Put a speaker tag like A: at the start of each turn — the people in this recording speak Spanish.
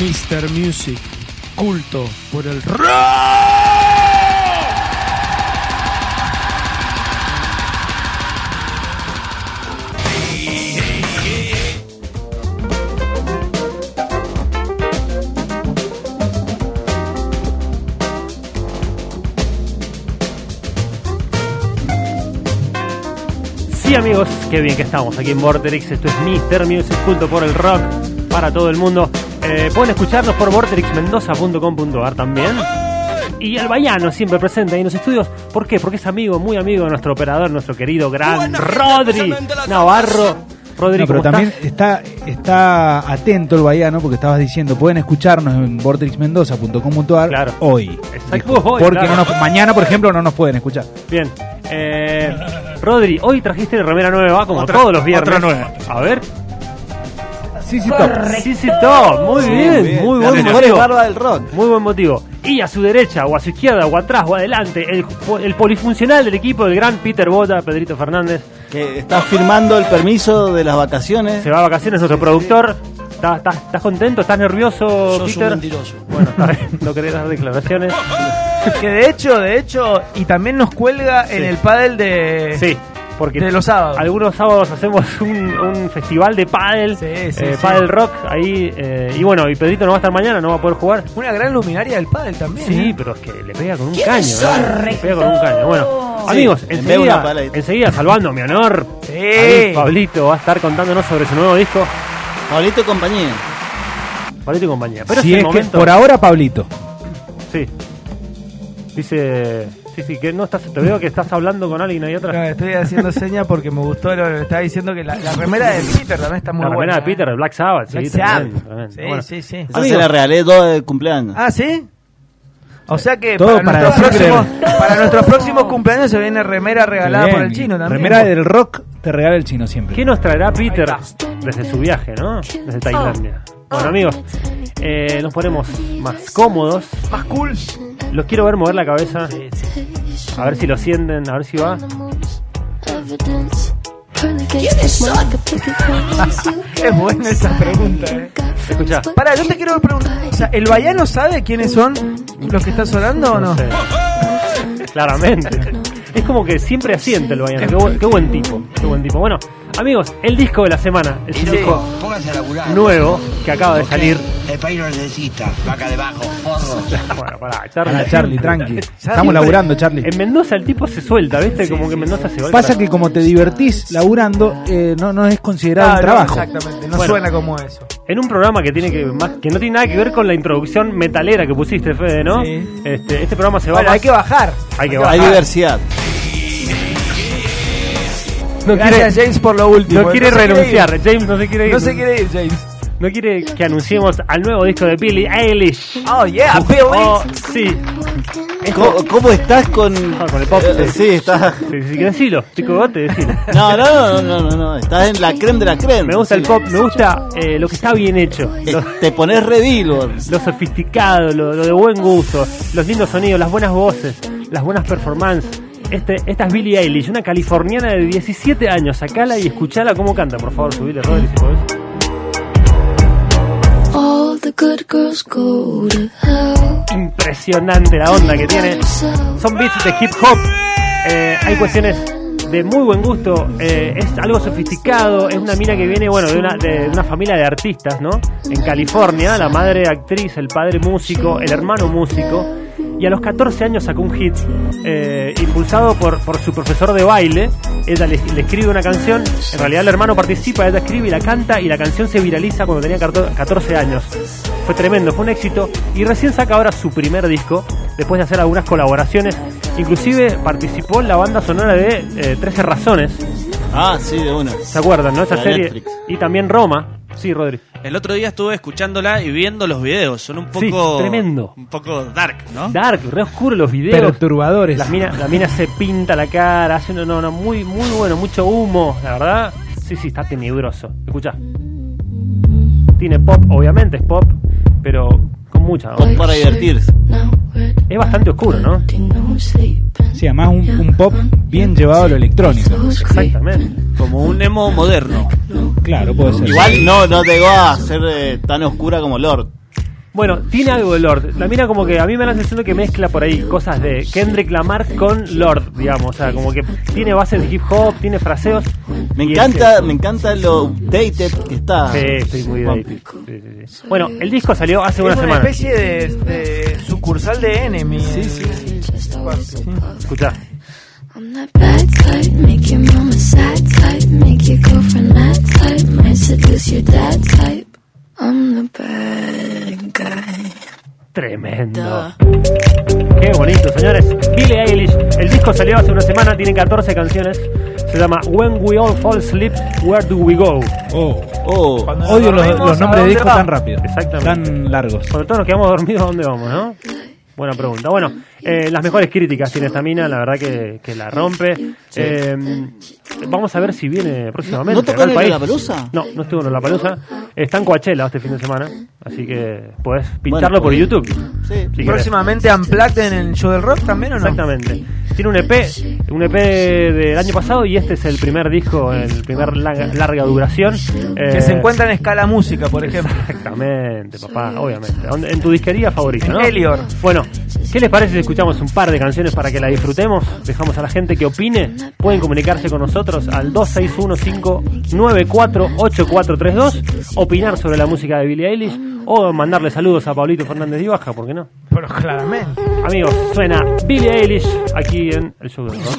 A: Mr. Music, culto por el rock.
B: Sí, amigos, qué bien que estamos aquí en Vorterix. Esto es Mr. Music Culto por el Rock para todo el mundo. Eh, pueden escucharnos por vorterixmendoza.com.ar también. Y el Bayano siempre presente ahí en los estudios. ¿Por qué? Porque es amigo, muy amigo de nuestro operador, nuestro querido gran Rodri Navarro. Rodri,
C: No, pero
B: ¿cómo
C: también
B: estás?
C: está, está atento el bahiano porque estabas diciendo, pueden escucharnos en vortexmendoza.com.ar
B: Claro.
C: hoy.
B: Exacto, hoy,
C: porque
B: claro.
C: no nos- mañana, por ejemplo, no nos pueden escuchar.
B: Bien. Eh, Rodri, hoy trajiste remera nueva como
D: Otra-
B: todos los viernes.
D: otra nueva.
B: A ver.
C: Sí, sí, top.
B: Sí, sí, top. Muy bien, muy buen motivo.
E: del rock.
B: Muy buen motivo. Y a su derecha, o a su izquierda, o atrás, o adelante, el, el polifuncional del equipo, el gran Peter Bota, Pedrito Fernández.
E: Que está firmando el permiso de las vacaciones.
B: Se va a vacaciones nuestro productor. ¿Estás, estás, estás contento? ¿Estás nervioso,
D: Sos un
B: Peter?
D: mentiroso.
B: Bueno, está bien, no querés dar declaraciones.
F: Que de hecho, de hecho, y también nos cuelga en el pádel de...
B: Sí, porque
F: De los sábados.
B: algunos sábados hacemos un, un festival de pádel,
F: Sí, sí,
B: eh,
F: sí.
B: pádel rock ahí eh, y bueno, y Pedrito no va a estar mañana, no va a poder jugar.
F: Una gran luminaria del pádel también.
B: Sí,
F: ¿eh?
B: pero es que le pega con un caño. ¿eh? Le pega con un caño. Bueno, amigos,
E: le pega una
B: enseguida,
E: paleta.
B: enseguida salvando mi honor.
F: Sí.
B: ahí Pablito va a estar contándonos sobre su nuevo disco.
E: Pablito y compañía.
B: Pablito y compañía. Pero
C: si
F: este
B: es
C: es
B: el momento.
C: que por ahora, Pablito.
B: Sí. Dice. Sí, sí, que no estás. Te veo que estás hablando con alguien ahí
F: No,
B: atrás.
F: estoy haciendo seña porque me gustó lo que estaba diciendo que la, la remera de Peter también está muy
B: la
F: buena.
B: remera de
F: ¿eh?
B: Peter, Black Sabbath. Sí,
F: Black
B: tremendo,
F: Sabbath.
B: tremendo.
F: Sí,
B: Bueno,
F: sí, sí.
E: Esa se la regalé dos de cumpleaños.
F: Ah, ¿sí? O sea que
C: Todo
F: para,
C: para
F: nuestros
C: decir que-
F: próximos, para nuestros próximos cumpleaños se viene remera regalada por el
C: Bien.
F: chino también.
C: Remera del rock te regala el chino siempre.
B: ¿Qué nos traerá Peter
F: Ahí Oh.
B: desde su viaje, no? Desde Tailandia. Bueno, amigos, eh, nos ponemos más cómodos.
F: Más cool.
B: Los quiero ver mover la cabeza. A ver si lo sienten, a ver si va.
F: Es buena esa pregunta, eh.
B: Escucha.
F: Pará, yo te quiero preguntar. O sea, ¿el baiano sabe quiénes son los que están sonando o no?
B: No sé. Claramente. Es como que siempre asiente el Bayern. Qué, bu- qué buen tipo. Qué buen tipo. Bueno, amigos, el disco de la semana es un disco
G: Pónganse a laburar.
B: nuevo que acaba de
G: Ok,
B: salir.
G: El país lo necesita. Vaca debajo, forros.
B: Bueno, pará, Charlie.
C: Para Charlie, tranqui.
F: siempre-
C: Estamos laburando, Charlie.
B: En Mendoza el tipo se suelta, ¿viste? Como que Mendoza se va.
C: Pasa que como te divertís laburando, eh, no, no es considerado
F: Ah,
C: un
F: no,
C: trabajo.
F: exactamente, no
B: Bueno.
F: suena como eso.
B: En un programa que tiene que más, que no tiene nada que ver con la introducción metalera que pusiste, Fede, ¿no?
F: Sí.
B: Este, este programa se va
F: Bueno,
B: más-
F: hay que bajar.
B: hay que
E: Hay
B: bajar.
E: diversidad.
B: No quiere,
F: Gracias, James, por lo último.
B: no quiere
F: se quiere
B: renunciar.
F: ir.
B: James no se quiere ir.
F: No se quiere ir, James.
B: No quiere que anunciemos al nuevo disco de Billie Eilish.
F: Oh, yeah,
B: Oh,
F: Billy.
B: sí.
E: ¿Cómo, cómo estás con...?
B: Ah, con el pop,
E: Eh,
B: sí.
E: sí, estás...
B: Sí, sí, que decilo, chico gote, decilo.
E: No, no, no, no, no, no. Estás en la creme de la creme.
B: Me gusta el
E: Sí.
B: pop, me gusta eh, lo que está bien hecho.
E: Eh,
B: Lo,
E: Te pones redilo.
B: lo sofisticado, lo, lo de buen gusto, los lindos sonidos, las buenas voces, las buenas performances. Este, esta es Billie Eilish, una californiana de 17 años. Sacala y escuchala cómo canta, por favor, subile, Rodri, si podés.
H: All the good girls go to hell.
B: Impresionante la onda que tiene. Son beats de hip hop. eh, hay cuestiones de muy buen gusto. eh, es algo sofisticado. Es una mina que viene, bueno, de una, de una familia de artistas, ¿no? En California, la madre actriz, el padre músico, el hermano músico. Y a los 14 años sacó un hit eh, impulsado por, por su profesor de baile. Ella le, le escribe una canción. En realidad, el hermano participa, ella escribe y la canta. Y la canción se viraliza cuando tenía 14 años. Fue tremendo, fue un éxito. Y recién saca ahora su primer disco, después de hacer algunas colaboraciones. Inclusive participó en la banda sonora de eh, 13 Razones.
E: Ah, sí, de una.
B: ¿Se acuerdan, no? Esa
E: La
B: serie.
E: Netflix.
B: Y también Roma. Sí, Rodri.
D: El otro día estuve escuchándola y viendo los videos. Son un
B: Sí,
D: poco.
B: tremendo.
D: Un poco dark, ¿no?
B: Dark, re oscuro los videos.
C: Perturbadores.
B: Las minas- la mina se pinta la cara, hace no, no, no, muy, muy bueno, mucho humo, la verdad. Sí, sí, está tenebroso. Escucha. Tiene pop, obviamente es pop, pero con mucha.
E: Pop para divertirse.
B: Es bastante oscuro, ¿no?
C: Sí, además un, un pop bien llevado a lo electrónico.
B: Exactamente.
D: Como un emo moderno.
C: Claro, puede ser.
E: Igual no, no llegó a ser eh, tan oscura como Lord.
B: Bueno, tiene algo de Lord. La mina como que a mí me da la sensación de que mezcla por ahí cosas de Kendrick Lamar con Lord, digamos. O sea, como que tiene bases de hip hop, tiene fraseos.
E: Me
B: y es
E: encanta, me encanta lo updated que está.
B: Sí, estoy muy de
E: Juan.
B: ahí. Sí, sí, sí. Bueno, el disco salió hace una
F: es una
B: semana.
F: especie de, de sucursal de Enemy. eh, Sí, sí.
B: Escuchá.
H: I'm that bad type, make your mama sad type, make your girlfriend mad type, might seduce your dad type. I'm the bad guy.
B: Tremendo. Qué bonito, señores. Billie Eilish. El disco salió hace una semana, tiene 14 canciones. Se llama When We All Fall Asleep, Where Do We Go?
C: Oh,
E: Oh,
C: odio los, los nombres de discos tan
F: rápidos.
C: rápidos.
B: Exactamente.
C: Tan largos.
B: Cuando todos nos quedamos dormidos, ¿a ¿dónde vamos, no? Buena pregunta. Bueno, eh, las mejores críticas tiene esta mina, la verdad que, que la rompe. Eh, vamos a ver si viene próximamente.
E: ¿No tocó
B: acá al
E: en
B: país.
E: Lollapalooza?
B: No, no estuvo en la palusa. Está en Coachella este fin de semana, así que podés pincharlo por
E: Bueno, pues,
B: YouTube.
E: sí.
B: si querés.
F: Próximamente Unplugged en el show del rock también, ¿o no?
B: Exactamente. Tiene un EP, un EP del año pasado y este es el primer disco, el primer larga, larga duración.
F: Que
B: Eh,
F: se encuentra en escala música, por ejemplo.
B: Exactamente, papá, obviamente. ¿Dónde- En tu disquería favorita, ¿no?
F: Elior.
B: Bueno, ¿qué les parece si escuchamos un par de canciones para que la disfrutemos? Dejamos a la gente que opine. Pueden comunicarse con nosotros al 2615948432, opinar sobre la música de Billie Eilish o mandarle saludos a Pablito Fernández de Baja, ¿por qué no?
F: Pero claramente.
B: Amigos, suena Billie Eilish aquí en el show de Rock.